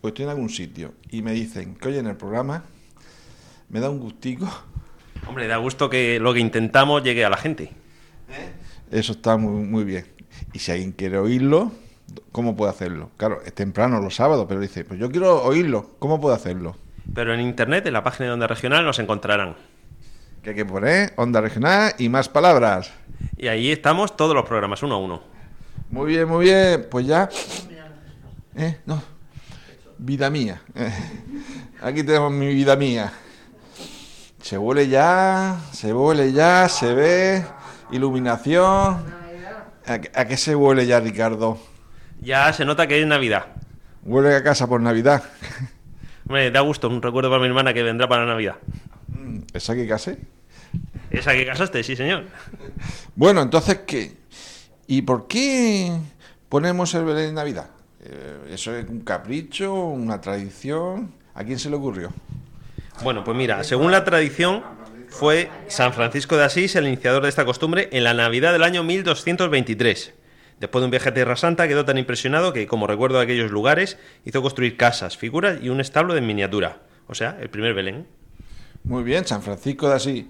o estoy en algún sitio y me dicen que oyen el programa, me da un gustico. Hombre, da gusto que lo que intentamos llegue a la gente. Eso está muy, muy bien. Y si alguien quiere oírlo, ¿cómo puede hacerlo? Claro, es temprano los sábados, pero dice, pues yo quiero oírlo, ¿cómo puedo hacerlo? Pero en internet, en la página de Onda Regional, nos encontrarán. Que hay que poner Onda Regional y más palabras. Y ahí estamos todos los programas, uno a uno. Muy bien, muy bien, pues ya. ¿Eh? No. Vida mía. Aquí tenemos mi vida mía. Se huele ya, se huele ya, se ve, iluminación. ¿A, qué- a qué se huele ya, Ricardo? Ya se nota que es Navidad. Huele a casa por Navidad. Hombre, da gusto, un recuerdo para mi hermana que vendrá para Navidad. ¿Esa que casé? Esa que casaste, sí, señor. Bueno, entonces, ¿qué? ¿Y por qué ponemos el Belén en Navidad? Eh, ¿Eso es un capricho, una tradición? ¿A quién se le ocurrió? Bueno, pues mira, según la tradición, fue San Francisco de Asís el iniciador de esta costumbre en la Navidad del año 1223. Después de un viaje a Tierra Santa quedó tan impresionado que, como recuerdo de aquellos lugares, hizo construir casas, figuras y un establo de miniatura. O sea, el primer Belén. Muy bien, San Francisco de Asís.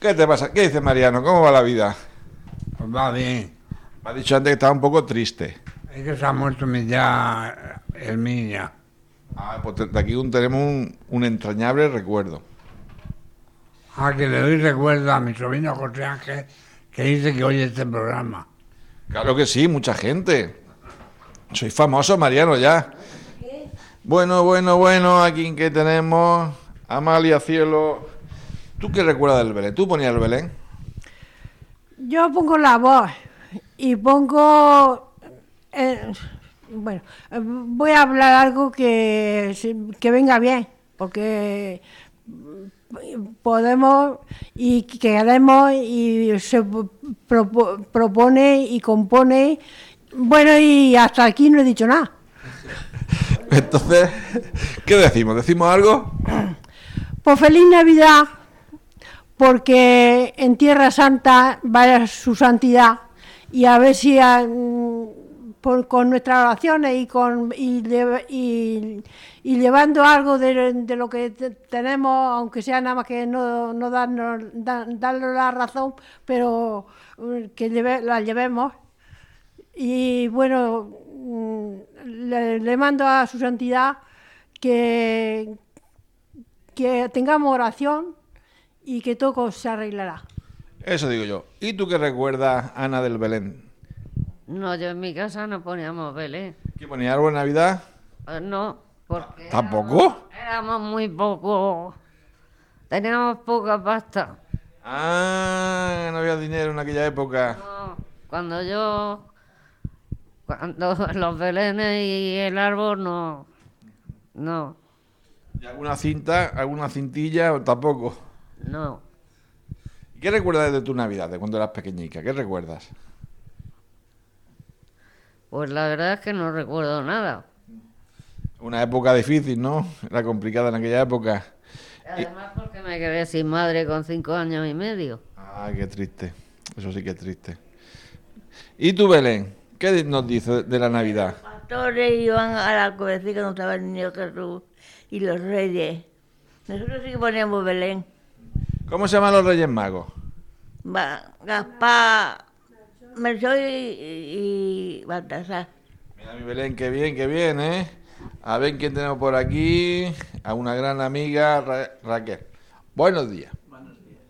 ¿Qué te pasa? ¿Qué dice Mariano? ¿Cómo va la vida? Pues va bien. Me ha dicho antes que estaba un poco triste. Es que se ha muerto mi ya Herminia. Ah, pues te- de aquí un- tenemos un, un entrañable recuerdo. A Ah, que le doy recuerdo a mi sobrino José Ángel que dice que oye este programa. Claro que sí, mucha gente. Soy famoso, Mariano, ya. Bueno, bueno, bueno, aquí que tenemos. Amalia Cielo. ¿Tú qué recuerdas del Belén? ¿Tú ponías el Belén? Yo pongo la voz y pongo... eh, bueno, eh, voy a hablar algo que, se- que venga bien, porque mm, podemos y queremos y se propo- propone y compone. Bueno, y hasta aquí no he dicho nada. Entonces, ¿qué decimos? ¿Decimos algo? Pues feliz Navidad, porque en Tierra Santa va su santidad y a ver si ah, mm, por- con nuestras oraciones y, con, y, lle- y- y llevando algo de, de lo que te- tenemos, aunque sea nada más que no, no darnos, da- darnos la razón, pero mm, que lleve- la llevemos. Y bueno, mm, le, le mando a su santidad que, que tengamos oración y que todo se arreglará. Eso digo yo. ¿Y tú qué recuerdas, Ana, del Belén? No, yo en mi casa no poníamos Belén. ¿Que ponía algo en Navidad? Eh, No, porque... ¿Tampoco? éramos- Éramos muy poco... Teníamos poca pasta. Ah, no había dinero en aquella época. No, cuando yo... Cuando los Belenes y el árbol no... No, ¿Y alguna cinta, alguna cintilla? Tampoco. no. ¿Qué recuerdas de tu Navidad, de cuando eras pequeñica? ¿Qué recuerdas? Pues la verdad es que no recuerdo nada. Una época difícil, ¿no? Era complicada en aquella época. Además porque me quedé sin madre con cinco años y medio. Ah, qué triste. Eso sí que es triste. ¿Y tú, Belén? ¿Qué di- nos dice de la Navidad? pastores iban a la cobertura cuando estaba el niño Jesús y los reyes. Nosotros sí que poníamos Belén. ¿Cómo se llaman los Reyes Magos? Va- Gaspar, Melchor y, y Baltasar. Mira, mi Belén, qué bien, qué bien, ¿eh? A ver quién tenemos por aquí. A una gran amiga, Ra- Raquel. Buenos días.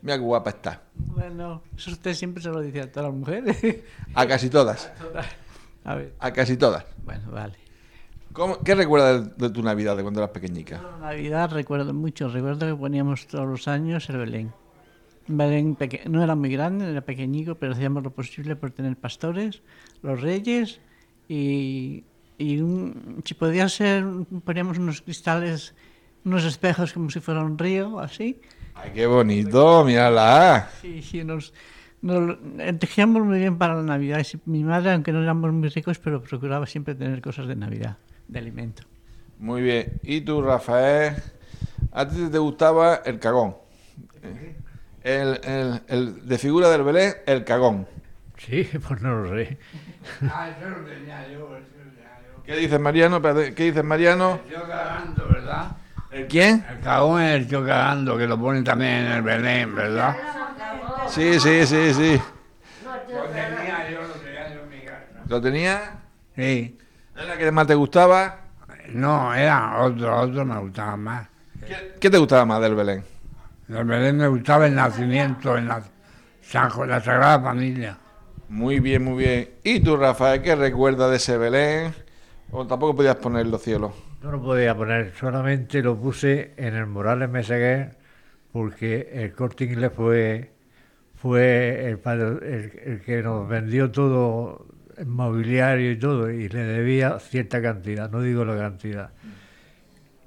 Mira qué guapa está. Bueno, eso usted siempre se lo dice a todas las mujeres. A casi todas. A ver, A casi todas. bueno, vale. ¿Cómo- ¿Qué recuerdas de, de tu Navidad, de cuando eras pequeñica? Bueno, Navidad recuerdo mucho, recuerdo que poníamos todos los años el Belén. Un Belén peque- no era muy grande, era pequeñico, pero hacíamos lo posible por tener pastores, los reyes y, y un- si podía ser, poníamos unos cristales unos espejos como si fuera un río, así. Ay, qué bonito, mírala. Sí, sí, nos, nos eh, tejíamos muy bien para la Navidad. Y si- Mi madre, aunque no éramos muy ricos, pero procuraba siempre tener cosas de Navidad, de alimento. Muy bien. ¿Y tú, Rafael? ¿A ti te gustaba el cagón? El, el- el de figura del Belén, el cagón. Sí, pues no lo sé. Ah, eso lo tenía yo, eso lo tenía yo. ¿Qué dices, Mariano? Espérate, ¿Qué dices, Mariano? Yo cagando, ¿verdad? ¿El quién? El cagón es el tío cagando, que lo ponen también en el Belén, ¿verdad? Sí, sí, sí, sí. Lo tenía yo, lo tenía yo en mi casa. ¿Lo tenía? Sí. ¿Era la que más te gustaba? No, era otro, otro me gustaba más. ¿Qué, qué te gustaba más del Belén? El Belén me gustaba el nacimiento, en la, San Jo- la Sagrada Familia. Muy bien, muy bien. ¿Y tú, Rafael, qué recuerdas de ese Belén? O tampoco podías ponerlo, cielo. No lo podía poner, solamente lo puse en el Morales Meseguer porque el corte inglés fue, fue el, padre- el- el que nos vendió todo, el mobiliario y todo, y le debía cierta cantidad, no digo la cantidad.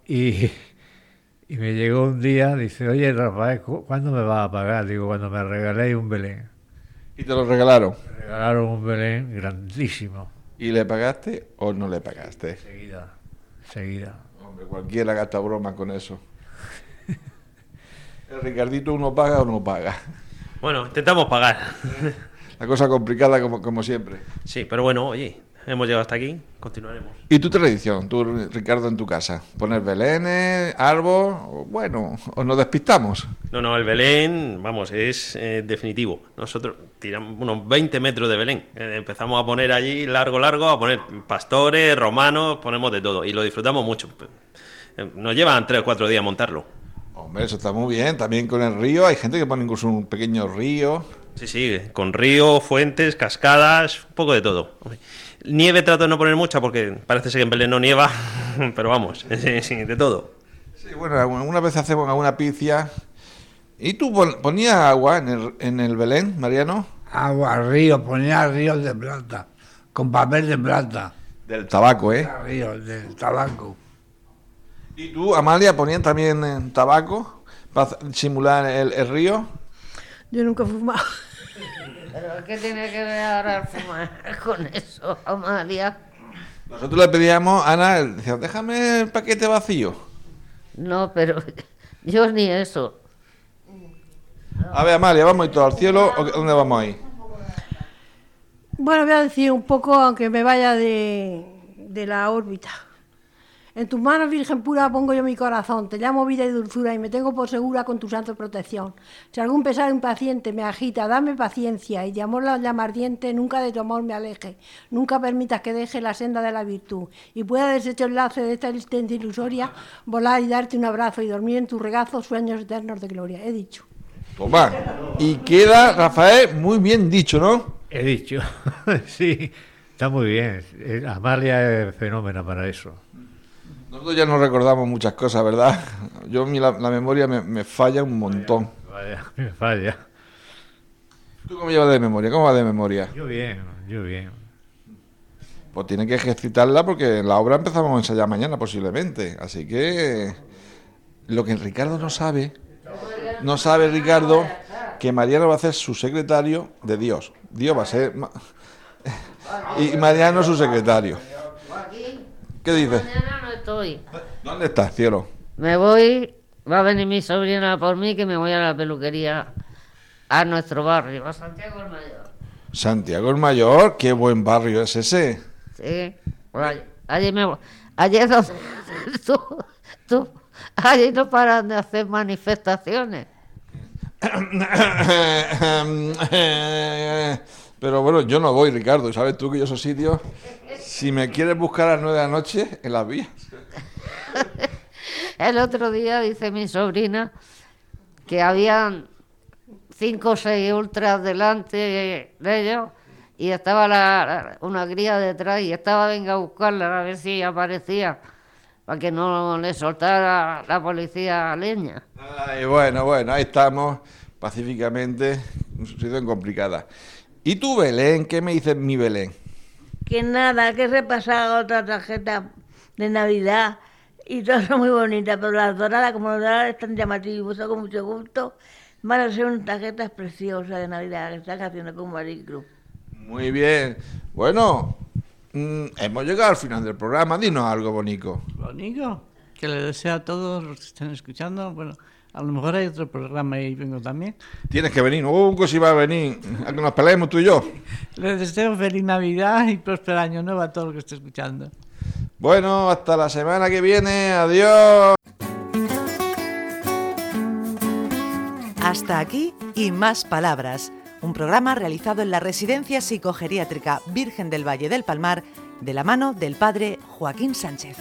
Y, y me llegó un día, dice, oye Rafael, ¿cu- ¿cuándo me vas a pagar? Digo, cuando me regaléis un Belén. Y te lo regalaron. Me regalaron un Belén grandísimo, ¿Y le pagaste o no le pagaste? seguida, seguida. Hombre, cualquiera gasta broma con eso. El Ricardito uno paga o no paga. Bueno, intentamos pagar. La cosa complicada como, como siempre. Sí, pero bueno, oye, hemos llegado hasta aquí, continuaremos. ¿Y tu tradición, tú, Ricardo, en tu casa? ¿Poner belenes, árbol? O, bueno, o nos despistamos. No, no, el Belén, vamos, es eh, definitivo. Nosotros tiramos unos 20 metros de Belén. Eh, empezamos a poner allí largo, largo, a poner pastores, romanos, ponemos de todo y lo disfrutamos mucho. Eh, Nos llevan 3 o 4 días montarlo. Hombre, eso está muy bien. También con el río. Hay gente que pone incluso un pequeño río. Sí, sí, con río, fuentes, cascadas, un poco de todo. Nieve trato de no poner mucha porque parece ser que en Belén no nieva, pero vamos, sí, sí, de todo. Sí, bueno, alguna alguna vez hacemos alguna picia. ¿Y tú pon- ponías agua en el, en el Belén, Mariano? Agua, ríos, ponía ríos de plata, con papel de plata, Del tabaco, ¿eh? ríos del tabaco. ¿Y tú, Amalia, ponían también eh, tabaco para hacer- simular el, el río? Yo nunca he fumado. ¿Pero qué tiene que ver ahora el fumar con eso, Amalia? Nosotros le pedíamos, Ana, decía, déjame el paquete vacío. No, pero yo ni eso. A ver, Amalia, ¿vamos a ir todos al cielo o qué- dónde vamos a ir? Bueno, voy a decir un poco, aunque me vaya de, de la órbita. En tus manos, Virgen pura, pongo yo mi corazón. Te llamo vida y dulzura y me tengo por segura con tu santa protección. Si algún pesar impaciente me agita, dame paciencia y de amor la llama ardiente, nunca de tu amor me aleje. Nunca permitas que deje la senda de la virtud y pueda deshecho el lazo de esta existencia ilusoria, volar y darte un abrazo y dormir en tu regazo sueños eternos de gloria. He dicho. Toma. Y queda, Rafael, muy bien dicho, ¿no? He dicho, sí, está muy bien. Eh, Amalia es fenómeno para eso. Nosotros ya no recordamos muchas cosas, ¿verdad? Yo, mi- la, la memoria me, me falla un montón. Vaya, me falla. ¿Tú cómo llevas de memoria? ¿Cómo vas de memoria? Yo bien, yo bien. Pues tiene que ejercitarla porque la obra empezamos a ensayar mañana posiblemente. Así que lo que Ricardo no sabe, no sabe Ricardo que Mariano va a ser su secretario de Dios. Dios va a ser... ma- Y Mariano su secretario. ¿Qué dices? Mañana no estoy. ¿Dónde estás, cielo? Me voy, va a venir mi sobrina por mí, que me voy a la peluquería a nuestro barrio, a Santiago del Mayor. Santiago el Mayor, qué buen barrio es ese. Sí. Bueno, allí me voy. Ayer no, tú, tú, allí no paran de hacer manifestaciones. Pero bueno, yo no voy, Ricardo. ¿Sabes tú que yo esos sitios? Si me quieres buscar a las nueve de la noche, en las vías. El otro día dice mi sobrina que habían cinco o seis ultras delante de ellos y estaba la, una cría detrás y estaba venga a buscarla a ver si aparecía para que no le soltara la policía leña. Ay, bueno, bueno, ahí estamos pacíficamente, una situación complicada. ¿Y tú, Belén? ¿Qué me dices mi Belén? Que nada, que repasaba otra tarjeta de Navidad y todas son muy bonitas, pero las doradas, como las doradas están llamativas y uso con mucho gusto, van a ser unas tarjetas preciosas de Navidad que están haciendo con Maricruz. Muy bien. Bueno, mm, hemos llegado al final del programa. Dinos algo bonito. Bonito. Que le deseo a todos los que estén escuchando. Bueno, a lo mejor hay otro programa y vengo también. Tienes que venir. Uh, que si va a venir. A que nos peleemos tú y yo. Les deseo feliz Navidad y próspero año nuevo a todos los que estén escuchando. Bueno, hasta la semana que viene. Adiós. Hasta aquí y más palabras. Un programa realizado en la Residencia Psicogeriátrica Virgen del Valle del Palmar de la mano del padre Joaquín Sánchez.